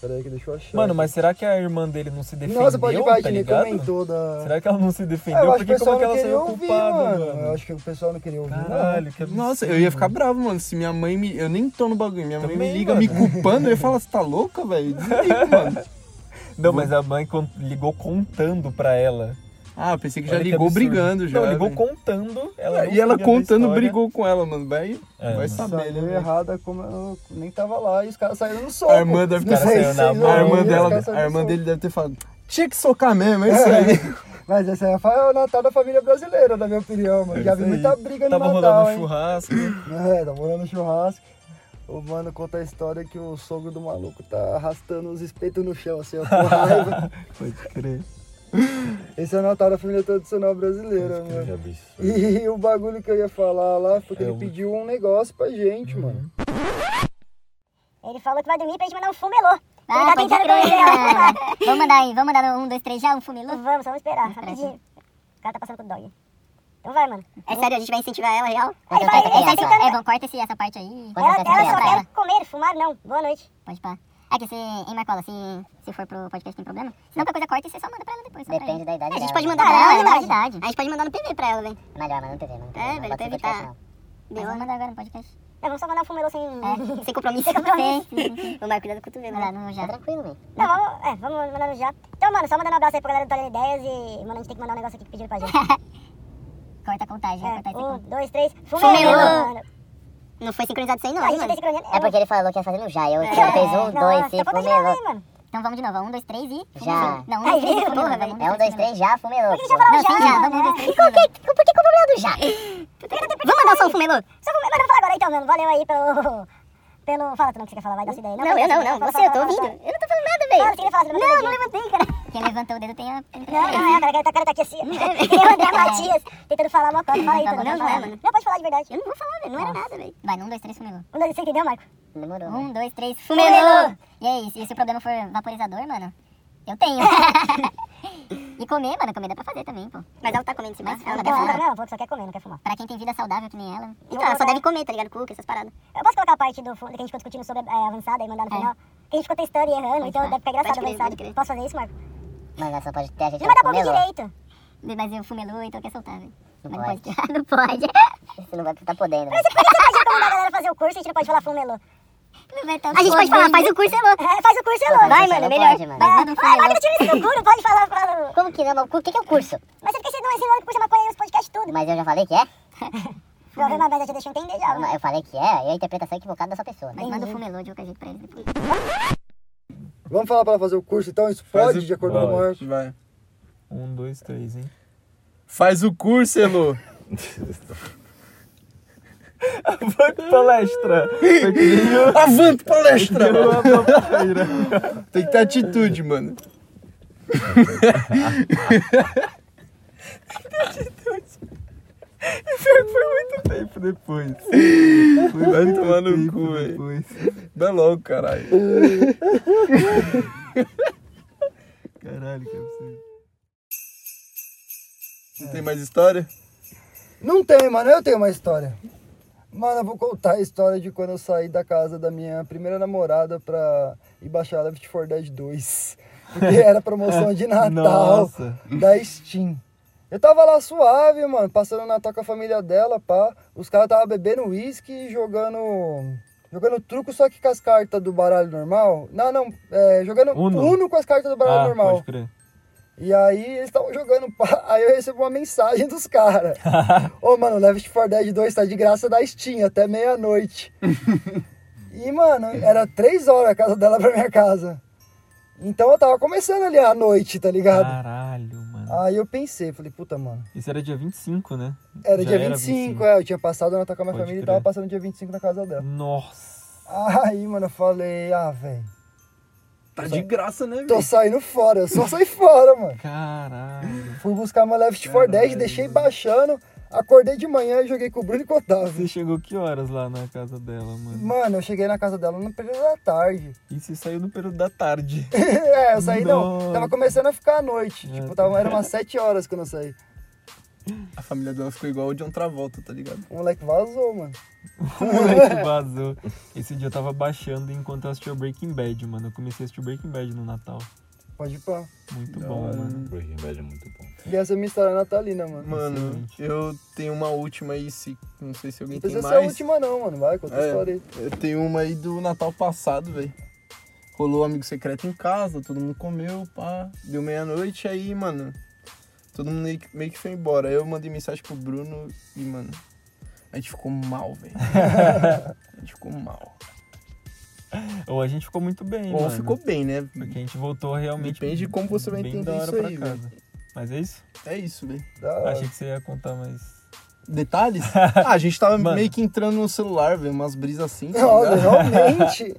Speaker 1: Pera aí que deixa eu achar.
Speaker 2: Mano, mas será que a irmã dele não se defendeu?
Speaker 1: Nossa, pode baixar,
Speaker 2: tá
Speaker 1: ele
Speaker 2: ligado?
Speaker 1: comentou da...
Speaker 2: Será que ela não se
Speaker 1: É,
Speaker 2: defendeu? Porque como é que ela saiu culpada,
Speaker 1: Eu
Speaker 2: mano?
Speaker 1: acho que o pessoal não queria ouvir. não.
Speaker 2: Caralho, que absurdo.
Speaker 3: Nossa, eu ia ficar bravo, mano. Se minha mãe me. Eu nem tô no bagulho. Minha mãe
Speaker 2: Também,
Speaker 3: me liga
Speaker 2: mano.
Speaker 3: me culpando, eu ia falar, você tá louca, velho? Desliga, mano.
Speaker 2: Não, mas a mãe con- ligou contando pra ela.
Speaker 3: Ah, eu pensei que já
Speaker 2: Olha que
Speaker 3: ligou
Speaker 2: absurdo.
Speaker 3: brigando já.
Speaker 2: Não, ligou
Speaker 3: velho.
Speaker 2: contando. Ela não
Speaker 3: E ela
Speaker 2: sabia da
Speaker 3: contando
Speaker 2: história.
Speaker 3: brigou com ela, mano. Vai,
Speaker 2: É,
Speaker 3: vai
Speaker 2: mano.
Speaker 3: saber, né?
Speaker 1: Saiu
Speaker 3: velho?
Speaker 1: errada como eu nem tava lá e os caras saíram no soco.
Speaker 3: A irmã deve
Speaker 1: Não
Speaker 3: ter
Speaker 2: caras
Speaker 1: sei,
Speaker 2: saíram na
Speaker 1: sei
Speaker 2: mão.
Speaker 1: lá,
Speaker 3: A irmã,
Speaker 1: os
Speaker 3: dela,
Speaker 1: caras saíram
Speaker 3: a
Speaker 1: no
Speaker 3: irmã
Speaker 1: soco.
Speaker 3: dele deve ter falado. Tinha que socar mesmo, é isso aí.
Speaker 1: Mas essa é a- é o Natal da família brasileira, na minha opinião, mano. Já vi
Speaker 2: Isso aí.
Speaker 1: muita briga no
Speaker 2: Tava
Speaker 1: Natal,
Speaker 2: rolando um
Speaker 1: hein.
Speaker 2: churrasco.
Speaker 1: É, tá morando churrasco. O mano conta a história que o sogro do maluco tá arrastando os espetos no chão, assim, ó, com raiva.
Speaker 3: Pode crer.
Speaker 1: Esse é o Natal da família tradicional brasileira, mano.
Speaker 4: Já vi isso.
Speaker 1: E o bagulho que eu ia falar lá, porque
Speaker 2: É Uhum.
Speaker 1: ele
Speaker 2: o-
Speaker 1: pediu um negócio pra gente, mano.
Speaker 7: Ele falou que vai dormir pra gente mandar um fumelô. Ele
Speaker 10: Ah,
Speaker 7: tá
Speaker 10: pode
Speaker 7: tentando
Speaker 10: crer.
Speaker 7: dormir.
Speaker 10: vamos mandar aí, vamos mandar no 1, 2, 3 já, um fumelô?
Speaker 7: Vamos, vamos esperar, rapidinho. O cara tá passando com o dog. Então vai, mano.
Speaker 10: É sério, a gente vai incentivar ela real?
Speaker 7: Ele vai- ele tá escutando.
Speaker 10: É bom, corta esse, essa parte aí.
Speaker 7: Ela, ela só
Speaker 10: pra
Speaker 7: quer comer, fumar, não. Boa noite.
Speaker 10: Pode pá. É que se, hein, Marcola, se, se for pro podcast tem problema? Se não, qualquer coisa corta e você só manda pra ela depois. Depende da idade A gente pode mandar
Speaker 7: Ah,
Speaker 10: pra
Speaker 7: é
Speaker 10: ela, né?
Speaker 7: verdade.
Speaker 10: idade. A gente pode mandar no PV pra ela, velho.
Speaker 7: Melhor, mas não teve, mano.
Speaker 10: É, velho, PV tá... Deu, vamos mandar agora no podcast.
Speaker 7: É, vamos só mandar um fumelô sem...
Speaker 10: É, sem compromisso.
Speaker 7: Sem compromisso.
Speaker 10: Sim, sim, sim. Vamos lá, cuidado do cotovelo. Vai lá, não, já. tranquilo,
Speaker 7: né?
Speaker 10: velho.
Speaker 7: Não, vamos, é, vamos mandando já. Então, mano, só mandando um abraço aí pra galera do Tolhando Ideias e, mano, a gente tem que mandar um negócio aqui que pediram pra gente.
Speaker 10: Corta a contagem,
Speaker 7: É,
Speaker 10: vai cortar esse
Speaker 7: um,
Speaker 10: ponto.
Speaker 7: dois, três,
Speaker 10: Fumelô.
Speaker 7: fumelô!
Speaker 10: Não foi sincronizado isso aí, não,
Speaker 7: A
Speaker 10: né,
Speaker 7: gente tá
Speaker 10: mano?
Speaker 7: tem sincronia-
Speaker 10: É porque ele falou que ia fazer no já. um, Eu
Speaker 7: É, nossa, então vamos de novo aí, mano.
Speaker 10: Então vamos de novo. Um, dois, três e.
Speaker 7: Já.
Speaker 10: Não, um,
Speaker 7: Ai,
Speaker 10: dois, três e
Speaker 7: porra,
Speaker 10: fumelou.
Speaker 7: velho.
Speaker 10: Vamos, um, dois, três já, fumelou. Por
Speaker 7: que já falou
Speaker 10: não,
Speaker 7: já, né?
Speaker 10: sim, já.
Speaker 7: mano?
Speaker 10: Vamos, um, dois, três. E por
Speaker 7: é,
Speaker 10: que, por que o problema do já? Vamos mandar só um fumelou.
Speaker 7: Só fumelô, mas eu vou falar agora então, mano. Valeu aí pelo... Pelo... Fala tu não que você quer falar, vai dar sua ideia.
Speaker 10: Não, eu não, não.
Speaker 7: fala,
Speaker 10: Você,
Speaker 7: fala,
Speaker 10: eu tô
Speaker 7: fala,
Speaker 10: ouvindo.
Speaker 7: fala.
Speaker 10: Eu não tô falando nada,
Speaker 7: Fala, você
Speaker 10: velho.
Speaker 7: queria falar, você não
Speaker 10: Não,
Speaker 7: levantou
Speaker 10: não
Speaker 7: o
Speaker 10: levantei, cara. Quem levantou o dedo tem a.
Speaker 7: Não, não, é, cara, cara, cara tá aqui assim. Eu, André Matias, tentando falar uma coisa. Fala aí,
Speaker 10: Tá
Speaker 7: Tudo,
Speaker 10: bom,
Speaker 7: pode falar.
Speaker 10: não, não é, mano.
Speaker 7: Não, pode falar de verdade.
Speaker 10: Eu não vou falar, velho. Não era nada, velho. Vai, um, dois, três, fumelou.
Speaker 7: Um, dois, você entendeu, Marco?
Speaker 10: Demorou. Um, dois, três,
Speaker 7: Fumelou!
Speaker 10: fumelou! E aí, se, se o problema for vaporizador, mano, eu tenho. e comer, mano, comer dá pra fazer também, pô. Mas ela tá comendo demais. Ela
Speaker 7: Quer
Speaker 10: deve
Speaker 7: fumar?
Speaker 10: fumar.
Speaker 7: Não, falou que só quer comer, não quer fumar.
Speaker 10: Pra quem tem vida saudável que nem ela. Então,
Speaker 7: vou
Speaker 10: ela só
Speaker 7: colocar-
Speaker 10: deve comer, tá ligado? Cuca, essas paradas.
Speaker 7: Eu posso colocar a parte do fundo que a gente ficou discutindo sobre é, avançada e mandar no
Speaker 10: É.
Speaker 7: final? Que a gente ficou testando e errando, então
Speaker 10: tá.
Speaker 7: deve ficar engraçado
Speaker 10: Pode crer,
Speaker 7: avançada.
Speaker 10: pode crer.
Speaker 7: Posso fazer isso, Marco?
Speaker 10: Mas ela só pode ter a gente
Speaker 7: Não vai dar pra ouvir direito.
Speaker 10: Mas eu fumelou, então quer soltar, velho. Mas não
Speaker 7: pode.
Speaker 10: pode. não pode. Você não vai tá podendo.
Speaker 7: Mas por que você pode recomendar a galera fazer o curso e a gente não pode falar fumelô?
Speaker 10: a gente pode falar, faz o curso, é louco.
Speaker 7: É, faz o curso e é louco.
Speaker 10: Vai, mano, é melhor.
Speaker 7: Mas,
Speaker 10: Mas manda um
Speaker 7: mas, mas
Speaker 10: fumelô.
Speaker 7: eu tive isso no cu, não pode falar, fala.
Speaker 10: Como que não? Mas O que que é o curso?
Speaker 7: Mas você fica ensinando ensinando que curso é maconha e os podcasts tudo.
Speaker 10: Mas eu já falei que é?
Speaker 7: Não, mas eu já deixa eu entender já.
Speaker 10: Eu falei que é, e a interpretação equivocada da sua pessoa. né? Mas manda
Speaker 7: Entendi.
Speaker 10: o fumelô de qualquer jeito pra ele depois.
Speaker 1: Vamos falar pra ela fazer o curso, então? Isso pode,
Speaker 2: o-
Speaker 1: de acordo com o
Speaker 2: pode.
Speaker 1: Marcos?
Speaker 3: Vai.
Speaker 2: Um, dois, três, hein?
Speaker 3: Faz o curso, Elo.
Speaker 2: Avante palestra!
Speaker 3: Avante palestra!
Speaker 2: Eu amo a palestra.
Speaker 3: Tem que ter atitude, mano.
Speaker 2: E pior que foi muito tempo depois.
Speaker 3: Vai tomar no cu, velho. Dá logo, caralho.
Speaker 2: Caralho, que absurdo.
Speaker 3: Não tem mais história?
Speaker 1: Não tem, mano. Eu tenho uma história. Mano, eu vou contar a história de quando eu saí da casa da minha primeira namorada pra ir baixar Left 4 Dead 2. Porque era promoção de Natal
Speaker 2: Nossa.
Speaker 1: da Steam. Eu tava lá suave, mano, passando o Natal com a família dela, pá. Os caras tava bebendo uísque e jogando. Jogando truco, só que com as cartas do baralho normal. Não, não, é, jogando
Speaker 2: Uno.
Speaker 1: uno. com as cartas do baralho
Speaker 2: Ah,
Speaker 1: normal.
Speaker 2: pode crer.
Speaker 1: E aí eles estavam jogando, pá, aí eu recebo uma mensagem dos caras. Ô, mano, Left 4 Dead 2 tá de graça da Steam até meia-noite. e, mano, era três horas a casa dela pra minha casa. Então eu tava começando ali à noite, tá ligado?
Speaker 2: Caralho, mano.
Speaker 1: Aí eu pensei, falei, puta, mano.
Speaker 2: Isso era dia 25, né?
Speaker 1: Era
Speaker 2: Já
Speaker 1: dia
Speaker 2: era
Speaker 1: 25, é, eu tinha passado o Natal com a minha
Speaker 2: Pode
Speaker 1: família e
Speaker 2: crer.
Speaker 1: tava passando dia 25 na casa
Speaker 3: é.
Speaker 1: dela.
Speaker 2: Nossa.
Speaker 1: Aí, mano, eu falei, ah, velho,
Speaker 2: Tá de graça, né,
Speaker 1: tô saindo fora, eu só saí fora, mano.
Speaker 2: Caralho.
Speaker 1: Fui buscar meu Left 4 Dead, deixei baixando, acordei de manhã e joguei com o Bruno e com o Otávio.
Speaker 2: Você chegou que horas lá na casa dela, mano?
Speaker 1: Mano, eu cheguei na casa dela no período da tarde.
Speaker 2: E você saiu no período da tarde.
Speaker 1: é, eu saí não.
Speaker 2: Nossa.
Speaker 1: Tava começando a ficar à noite.
Speaker 2: É,
Speaker 1: Tipo,
Speaker 2: tá.
Speaker 1: tava, era umas 7 horas quando eu saí.
Speaker 3: A família dela ficou igual o John Travolta, tá ligado?
Speaker 1: O moleque vazou, mano.
Speaker 2: O moleque vazou. Esse dia eu tava baixando enquanto eu assistia o Breaking Bad, mano. Eu comecei a assistir o Breaking Bad no Natal.
Speaker 1: Pode ir pra.
Speaker 2: Muito
Speaker 3: Da
Speaker 2: bom,
Speaker 3: hora,
Speaker 2: mano.
Speaker 4: Breaking Bad é muito bom.
Speaker 1: E essa é a minha história natalina,
Speaker 3: Hum,
Speaker 1: mano.
Speaker 3: Mano, eu tenho uma última aí, se não sei se alguém
Speaker 1: Não
Speaker 3: tem
Speaker 1: precisa
Speaker 3: mais.
Speaker 1: ser é a última não, mano. Vai, conta a
Speaker 3: É.
Speaker 1: história aí.
Speaker 3: Eu tenho uma aí do Natal passado, velho. Rolou amigo secreto em casa, todo mundo comeu, pá. Deu meia-noite, aí, mano, todo mundo meio que- meio que foi embora. Aí eu mandei mensagem pro Bruno e, mano, a gente ficou mal, velho. a gente ficou mal.
Speaker 2: Ou a gente ficou muito bem,
Speaker 3: Ou
Speaker 2: mano.
Speaker 3: ficou bem, né?
Speaker 2: Porque a gente voltou realmente.
Speaker 3: Depende de como você vai
Speaker 2: bem
Speaker 3: entender
Speaker 2: da hora
Speaker 3: isso
Speaker 2: pra
Speaker 3: aí, né?
Speaker 2: casa. Mas é isso?
Speaker 3: É isso, velho.
Speaker 1: Da hora.
Speaker 2: Achei que você ia contar, mas.
Speaker 3: Detalhes? Ah, a gente tava
Speaker 2: Mano.
Speaker 3: meio que entrando no celular, velho, umas brisas assim. Tá
Speaker 1: Nossa,
Speaker 3: ligado?
Speaker 1: realmente.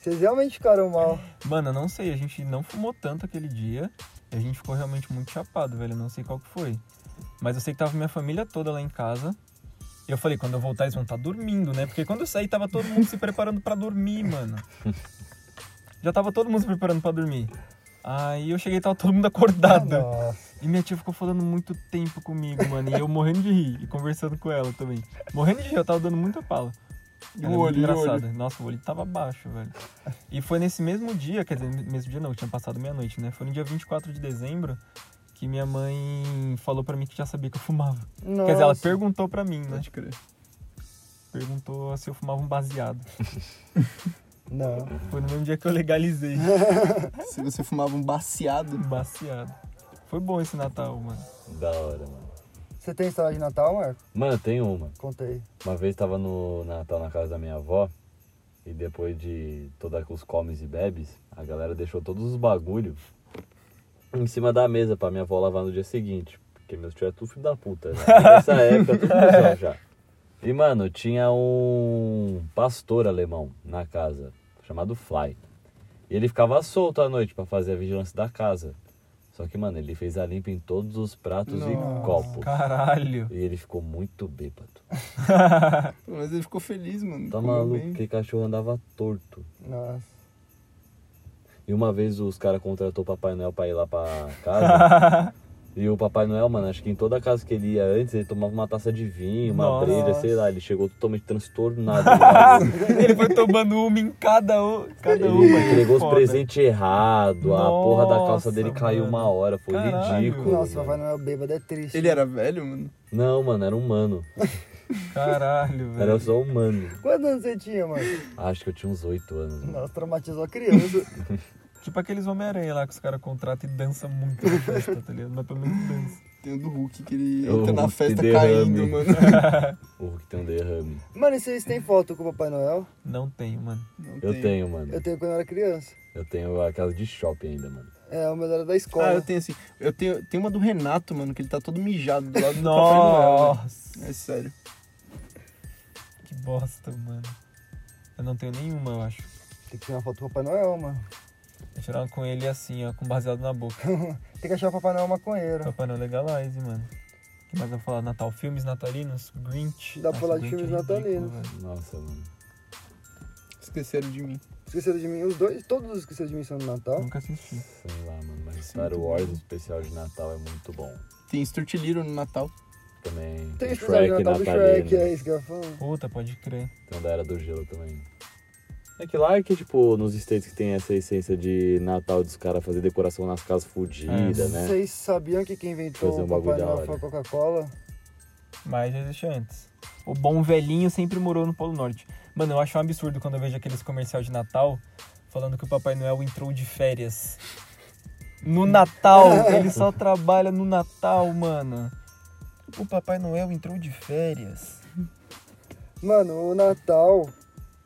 Speaker 1: Vocês realmente ficaram mal.
Speaker 2: Mano, eu não sei, a gente não fumou tanto aquele dia. E a gente ficou realmente muito chapado, velho. Eu não sei qual que foi. Mas eu sei que tava minha família toda lá em casa. E eu falei, quando eu voltar, eles vão estar dormindo, né? Porque quando eu saí, tava todo mundo se preparando pra dormir, mano. Já tava todo mundo se preparando pra dormir. Aí eu cheguei e tava todo mundo acordado.
Speaker 1: Nossa.
Speaker 2: E minha tia ficou falando muito tempo comigo, mano. E eu morrendo de rir e conversando com ela também. Morrendo de rir, eu tava dando muita pala.
Speaker 3: E
Speaker 2: Ela
Speaker 3: o
Speaker 2: é
Speaker 3: olho,
Speaker 2: muito
Speaker 3: e o
Speaker 2: engraçada.
Speaker 3: olho.
Speaker 2: Nossa, o olho tava baixo, velho. E foi nesse mesmo dia, quer dizer, mesmo dia não, tinha passado meia-noite, né? Foi no dia 24 de dezembro que minha mãe falou pra mim que já sabia que eu fumava.
Speaker 1: Nossa.
Speaker 2: Quer dizer, ela perguntou pra mim, né?
Speaker 3: Pode crer.
Speaker 2: Perguntou se eu fumava um baseado.
Speaker 1: Não.
Speaker 2: Foi no mesmo dia que eu legalizei
Speaker 3: Se você fumava um baciado.
Speaker 2: um baseado. Foi bom esse Natal, mano.
Speaker 4: Da hora, mano.
Speaker 1: Você tem história de Natal, Marco?
Speaker 4: Mano, eu tenho uma.
Speaker 1: Conta aí.
Speaker 4: Uma vez tava no Natal na casa da minha avó. E depois de todos os comes e bebes, a galera deixou todos os bagulho em cima da mesa pra minha avó lavar no dia seguinte. Porque meus tios é tudo filho da puta. Né? Nessa época, tudo cuzão já. E, mano, tinha um pastor alemão na casa, chamado Fly. E ele ficava solto à noite pra fazer a vigilância da casa. Só que, mano, ele fez a limpa em todos os pratos e copos.
Speaker 2: Caralho.
Speaker 4: E ele ficou muito bêbado.
Speaker 3: Mas ele ficou feliz, mano.
Speaker 4: Tá
Speaker 3: Comeu
Speaker 4: maluco?
Speaker 3: bem.
Speaker 4: Aquele cachorro andava torto.
Speaker 1: Nossa.
Speaker 4: E uma vez os caras contratou o Papai Noel pra ir lá pra casa. e o Papai Noel, mano, acho que em toda casa que ele ia antes, ele tomava uma taça de vinho, uma
Speaker 2: Nossa.
Speaker 4: breja, sei lá. Ele chegou totalmente transtornado. no bagulho.
Speaker 2: Ele foi tomando uma em cada, o- cada uma.
Speaker 4: ele entregou os
Speaker 2: Foda.
Speaker 4: presentes errado, a porra da calça
Speaker 2: Nossa,
Speaker 4: dele caiu
Speaker 2: mano.
Speaker 4: uma hora, foi
Speaker 2: Caralho.
Speaker 4: ridículo.
Speaker 1: Nossa,
Speaker 4: mano.
Speaker 1: Papai Noel bêbado é triste.
Speaker 3: Ele era velho, mano?
Speaker 4: Não, mano, era humano.
Speaker 2: Caralho, velho.
Speaker 4: Era só humano.
Speaker 1: Quantos anos você tinha, mano?
Speaker 4: Acho que eu tinha uns oito anos. mano.
Speaker 1: Nossa, traumatizou a criança.
Speaker 2: Tipo aqueles Homem-Aranha lá que os caras contratam e dançam muito na festa, tá ligado? Mas pelo menos dança.
Speaker 3: Tem o do Hulk que ele
Speaker 4: O
Speaker 3: entra na
Speaker 4: Hulk
Speaker 3: festa
Speaker 4: derrame.
Speaker 3: caindo, mano.
Speaker 4: O Hulk tem um derrame.
Speaker 1: Mano, e vocês têm foto com o Papai Noel?
Speaker 2: Não tenho, mano.
Speaker 3: Não
Speaker 4: Eu
Speaker 3: tem.
Speaker 4: tenho, mano.
Speaker 1: Eu tenho quando eu era criança.
Speaker 4: Eu tenho a casa de shopping ainda, mano.
Speaker 1: É, o melhor era da escola.
Speaker 3: Ah, eu tenho assim. Eu tenho, tem uma do Renato, mano, que ele tá todo mijado do lado do Papai Noel.
Speaker 2: Nossa.
Speaker 3: né? É sério.
Speaker 2: que bosta, mano. Eu não tenho nenhuma, eu acho.
Speaker 1: Tem que tirar uma foto do Papai Noel, mano.
Speaker 2: Vou tirar uma com ele assim, ó, com baseado na boca.
Speaker 1: Tem que achar o Papai Noel maconheiro.
Speaker 2: Papai Noel Legalize, mano. O que mais eu vou falar? Natal, filmes natalinos, Grinch.
Speaker 1: Dá pra
Speaker 2: Nossa,
Speaker 1: falar de
Speaker 2: Grinch
Speaker 1: filmes
Speaker 2: é ridículo,
Speaker 1: natalinos.
Speaker 2: velho.
Speaker 4: Nossa, mano.
Speaker 3: Esqueceram de mim.
Speaker 1: Esqueceram de mim. Os dois, todos os esqueceram de mim são no
Speaker 4: Hum.
Speaker 1: Natal.
Speaker 2: Nunca assisti.
Speaker 4: Sei lá, mano. Mas Star Wars, o especial de Natal, é muito bom.
Speaker 3: Tem Stuart Little no Natal.
Speaker 4: Também.
Speaker 1: Tem
Speaker 4: o
Speaker 1: especial de Natal do
Speaker 4: natalino.
Speaker 1: Shrek, é isso que eu ia falar.
Speaker 2: Puta, pode crer.
Speaker 4: Tem o da Era do Gelo também. É que lá é que, tipo, nos States que tem essa essência de Natal dos caras fazer decoração nas casas
Speaker 1: É.
Speaker 4: fodidas, né?
Speaker 1: Vocês sabiam que quem inventou
Speaker 4: Fazer um
Speaker 1: o
Speaker 4: bagulho
Speaker 1: Papai
Speaker 4: da
Speaker 1: Noel
Speaker 4: hora.
Speaker 1: foi a Coca-Cola?
Speaker 2: Mas já existia antes. O bom velhinho sempre morou no Polo Norte. Mano, eu acho um absurdo quando eu vejo aqueles comercial de Natal falando que o Papai Noel entrou de férias. No Natal! Ele só trabalha no Natal, mano. O Papai Noel entrou de férias.
Speaker 1: Mano, o Natal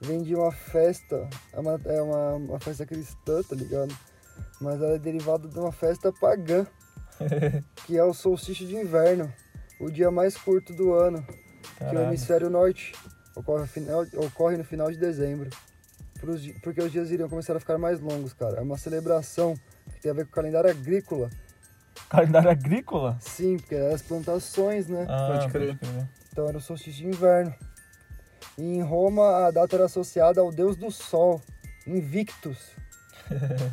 Speaker 1: vem de uma festa, é uma, é uma, uma festa cristã, tá ligado? Mas ela é derivada de uma festa pagã, que é o solstício de inverno, o dia mais curto do ano, que é o
Speaker 2: Caralho.
Speaker 1: hemisfério norte, ocorre, no final- ocorre no final de dezembro. Pros di- Porque os dias iriam começar a ficar mais longos, cara. É uma celebração que tem a ver com o calendário agrícola.
Speaker 2: Calendário agrícola?
Speaker 1: Sim, porque eram as plantações, né?
Speaker 2: Ah,
Speaker 3: Pode crer.
Speaker 1: Então era o solstício de inverno. E em Roma, a data era associada ao deus do sol, Invictus,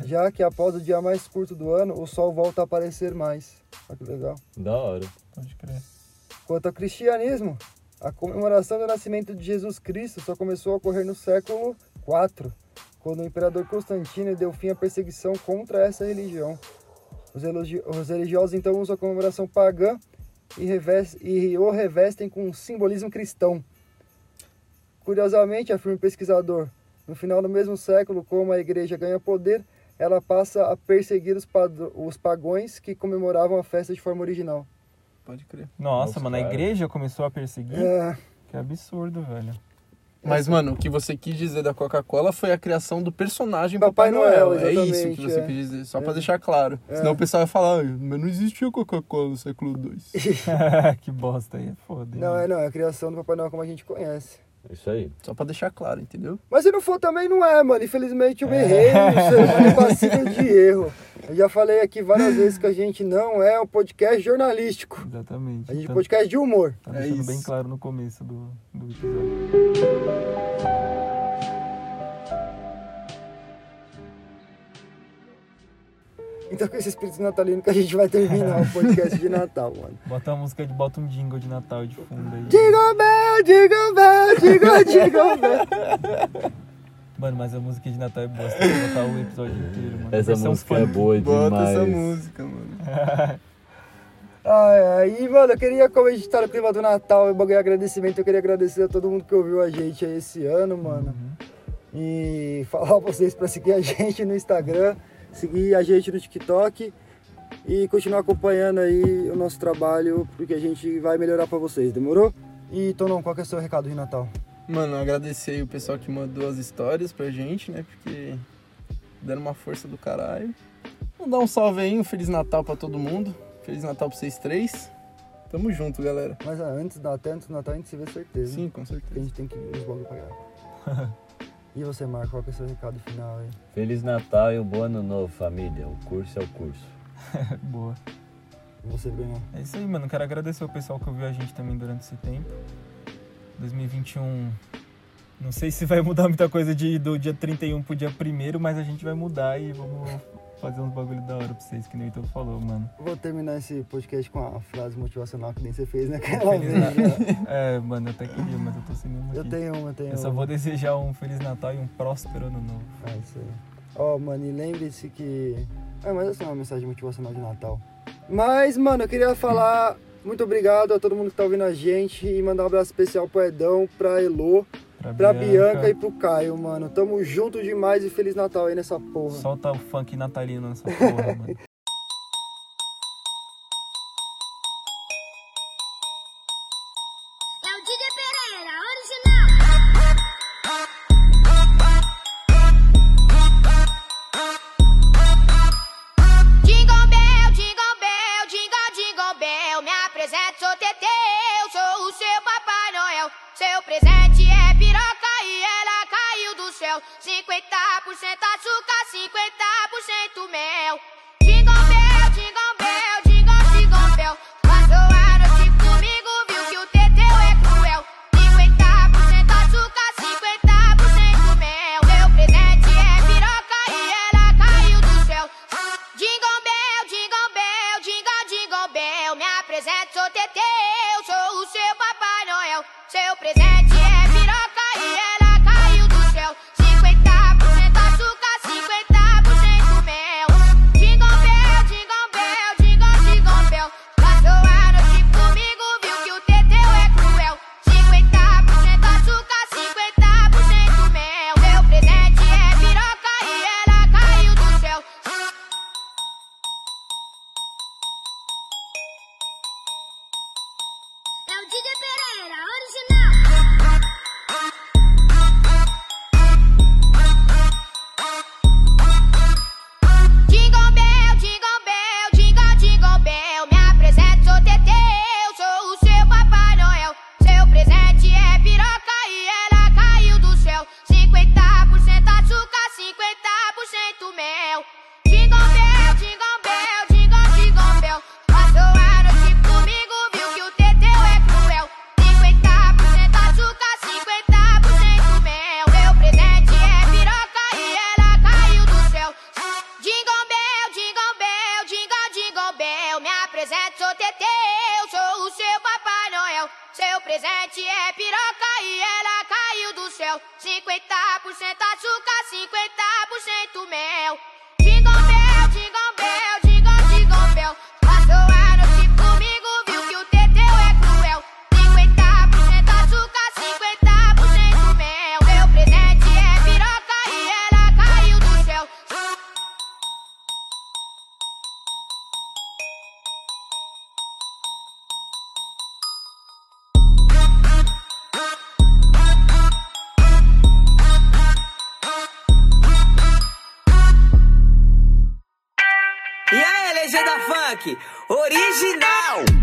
Speaker 1: já que após o dia mais curto do ano, o sol volta a aparecer mais. Olha que legal.
Speaker 4: Da hora.
Speaker 2: Pode crer.
Speaker 1: Quanto ao cristianismo, a comemoração do nascimento de Jesus Cristo só começou a ocorrer no século IV, quando o imperador Constantino deu fim à perseguição contra essa religião. Os, elogio- os religiosos então usam a comemoração pagã e, reves- e o revestem com um simbolismo cristão. Curiosamente, afirma o pesquisador, no final do mesmo século, como a igreja ganha poder, ela passa a perseguir os, padr- os pagões que comemoravam a festa de forma original.
Speaker 3: Pode crer.
Speaker 2: Nossa,
Speaker 4: Nossa,
Speaker 2: mano, a
Speaker 4: cara.
Speaker 2: igreja começou a perseguir?
Speaker 1: É,
Speaker 2: Que absurdo, velho.
Speaker 3: Mas, mano, o que você quis dizer da Coca-Cola foi a criação do personagem Papai,
Speaker 1: Papai Noel,
Speaker 3: Noel. é isso que
Speaker 1: exatamente,
Speaker 3: você
Speaker 1: é.
Speaker 3: quis dizer, só
Speaker 1: É.
Speaker 3: pra deixar claro.
Speaker 1: É.
Speaker 3: Senão o pessoal vai falar, "Ah, mas não existia Coca-Cola no século II.
Speaker 2: que bosta aí, é foda. hein?
Speaker 1: Não, é não, é a criação do Papai Noel como a gente conhece.
Speaker 4: Isso aí.
Speaker 3: Só pra deixar claro, entendeu?
Speaker 1: Mas se não for também, não é, mano. Infelizmente eu errei, o ser humano é passível de erro. Eu já falei aqui várias vezes que a gente não é um podcast jornalístico.
Speaker 2: Exatamente.
Speaker 1: A gente é um
Speaker 2: Tá-
Speaker 1: podcast de humor.
Speaker 2: Tá
Speaker 3: É
Speaker 2: deixando
Speaker 3: isso.
Speaker 2: bem claro no começo do, do episódio.
Speaker 1: Então com esse espírito natalino que a gente vai terminar o podcast de Natal, mano.
Speaker 2: Bota uma música de bota um jingle de Natal de fundo aí.
Speaker 1: Digo bem, digo bem, digo, digo bem.
Speaker 2: Mano, mas a música de Natal é bosta. Tem que botar o episódio inteiro, mano.
Speaker 4: Essa
Speaker 2: Versão
Speaker 4: música é
Speaker 2: funk.
Speaker 4: boa
Speaker 3: um Bota
Speaker 4: demais.
Speaker 3: essa música, mano.
Speaker 1: Ai, ai, e, mano, eu queria, como a gente tá no clima do Natal, eu baguei agradecimento, eu queria agradecer a todo mundo que ouviu a gente aí esse ano, mano. e falar pra vocês pra seguir a gente no Instagram, seguir a gente no TikTok e continuar acompanhando aí o nosso trabalho, porque a gente vai melhorar pra vocês, demorou? E Tonon, qual que é o seu recado de Natal?
Speaker 3: Mano, agradecer aí o pessoal que mandou as histórias pra gente, né? Porque deram uma força do caralho. Vamos dar um salve aí, um Feliz Natal pra todo mundo. Feliz Natal pra vocês três. Tamo junto, galera.
Speaker 1: Mas ah, antes da até antes do Natal a gente se vê certeza.
Speaker 3: Sim, com
Speaker 1: Porque a
Speaker 3: certeza.
Speaker 1: gente tem que ir nos bagulho pra gravar. E você, Marco, qual que é o seu recado final aí?
Speaker 4: Feliz Natal e um bom ano novo, família. O curso é o curso.
Speaker 2: É boa.
Speaker 1: Você ganhou.
Speaker 2: É isso aí, mano. Quero agradecer o pessoal que ouviu a gente também durante esse tempo. 2021. Não sei se vai mudar muita coisa de, do dia 31 pro dia 1 mas a gente vai mudar e vamos fazer uns bagulho da hora pra vocês, que nem o Heitor falou, mano.
Speaker 1: Vou terminar esse podcast com a frase motivacional que nem você fez né, naquela
Speaker 2: Feliz
Speaker 1: vez.
Speaker 2: Natal. É, mano, eu até queria, mas eu tô sem nenhuma
Speaker 1: Eu
Speaker 2: aqui.
Speaker 1: tenho uma, eu tenho
Speaker 2: Eu só
Speaker 1: uma.
Speaker 2: vou desejar um Feliz Natal e um próspero ano novo.
Speaker 1: É isso aí. Ó, mano, e lembre-se que. Ah, mas essa não é uma mensagem motivacional de Natal. Mas, mano, eu queria falar muito obrigado a todo mundo que tá ouvindo a gente e mandar um abraço especial pro Edão, pra Elô, pra Bianca, e pro Caio, mano. Tamo junto demais e Feliz Natal aí nessa porra.
Speaker 2: Solta o funk natalino nessa porra, mano.
Speaker 10: É o Didi Pereira, original.
Speaker 11: Jingle bell, jingle bell, jingle, jingle bell. Me apresento, sou TT, eu sou o seu Papai Noel. Seu Seu presente é piroca e ela caiu do céu. 50% açúcar, 50% mel. Jingle bell, jingle bell, jingle, jingle bell. Passou a noite comigo, viu que o teteu é cruel. 50% açúcar, 50% mel. Meu presente é piroca e ela caiu do céu. Jingle bell, jingle bell, jingle, jingle bell. Me apresento, sou teteu, sou o seu Papai Noel. Seu presente é piroca e ela caiu do céu. 50% açúcar, 50% mel. Jingle bell, jingle bell, jingle, jingle bell. Passou a noite comigo, viu que o teteu é cruel. 50% açúcar, 50% mel. Meu presente é piroca e ela caiu do céu.
Speaker 12: É o Didi Pereira, original.
Speaker 11: Jingle bell, jingle bell, jingle, jingle bell. Me apresento, sou Teteu, sou o seu Papai Noel. Seu presente é piroca e ela caiu do céu. 50% açúcar, 50% mel. Jingle bell, jingle bell, jingle, jingle bell. Passou a noite comigo, viu que o Teteu é cruel. 50% açúcar, 50% mel. Meu presente é piroca e ela caiu do céu. Jingle bell, jingle bell, jingle, jingle bell. Me apresento, sou Teteu, sou o seu Papai Noel. Seu presente é piroca e ela caiu do céu. 50% açúcar, 50% mel. Jingle bell, jingle bell, jingle, jingle bell. Passou a noite comigo, viu que o Teteu é cruel. 50% açúcar, 50% mel. Meu presente é piroca e ela caiu do céu.
Speaker 13: E aí, legenda funk, original!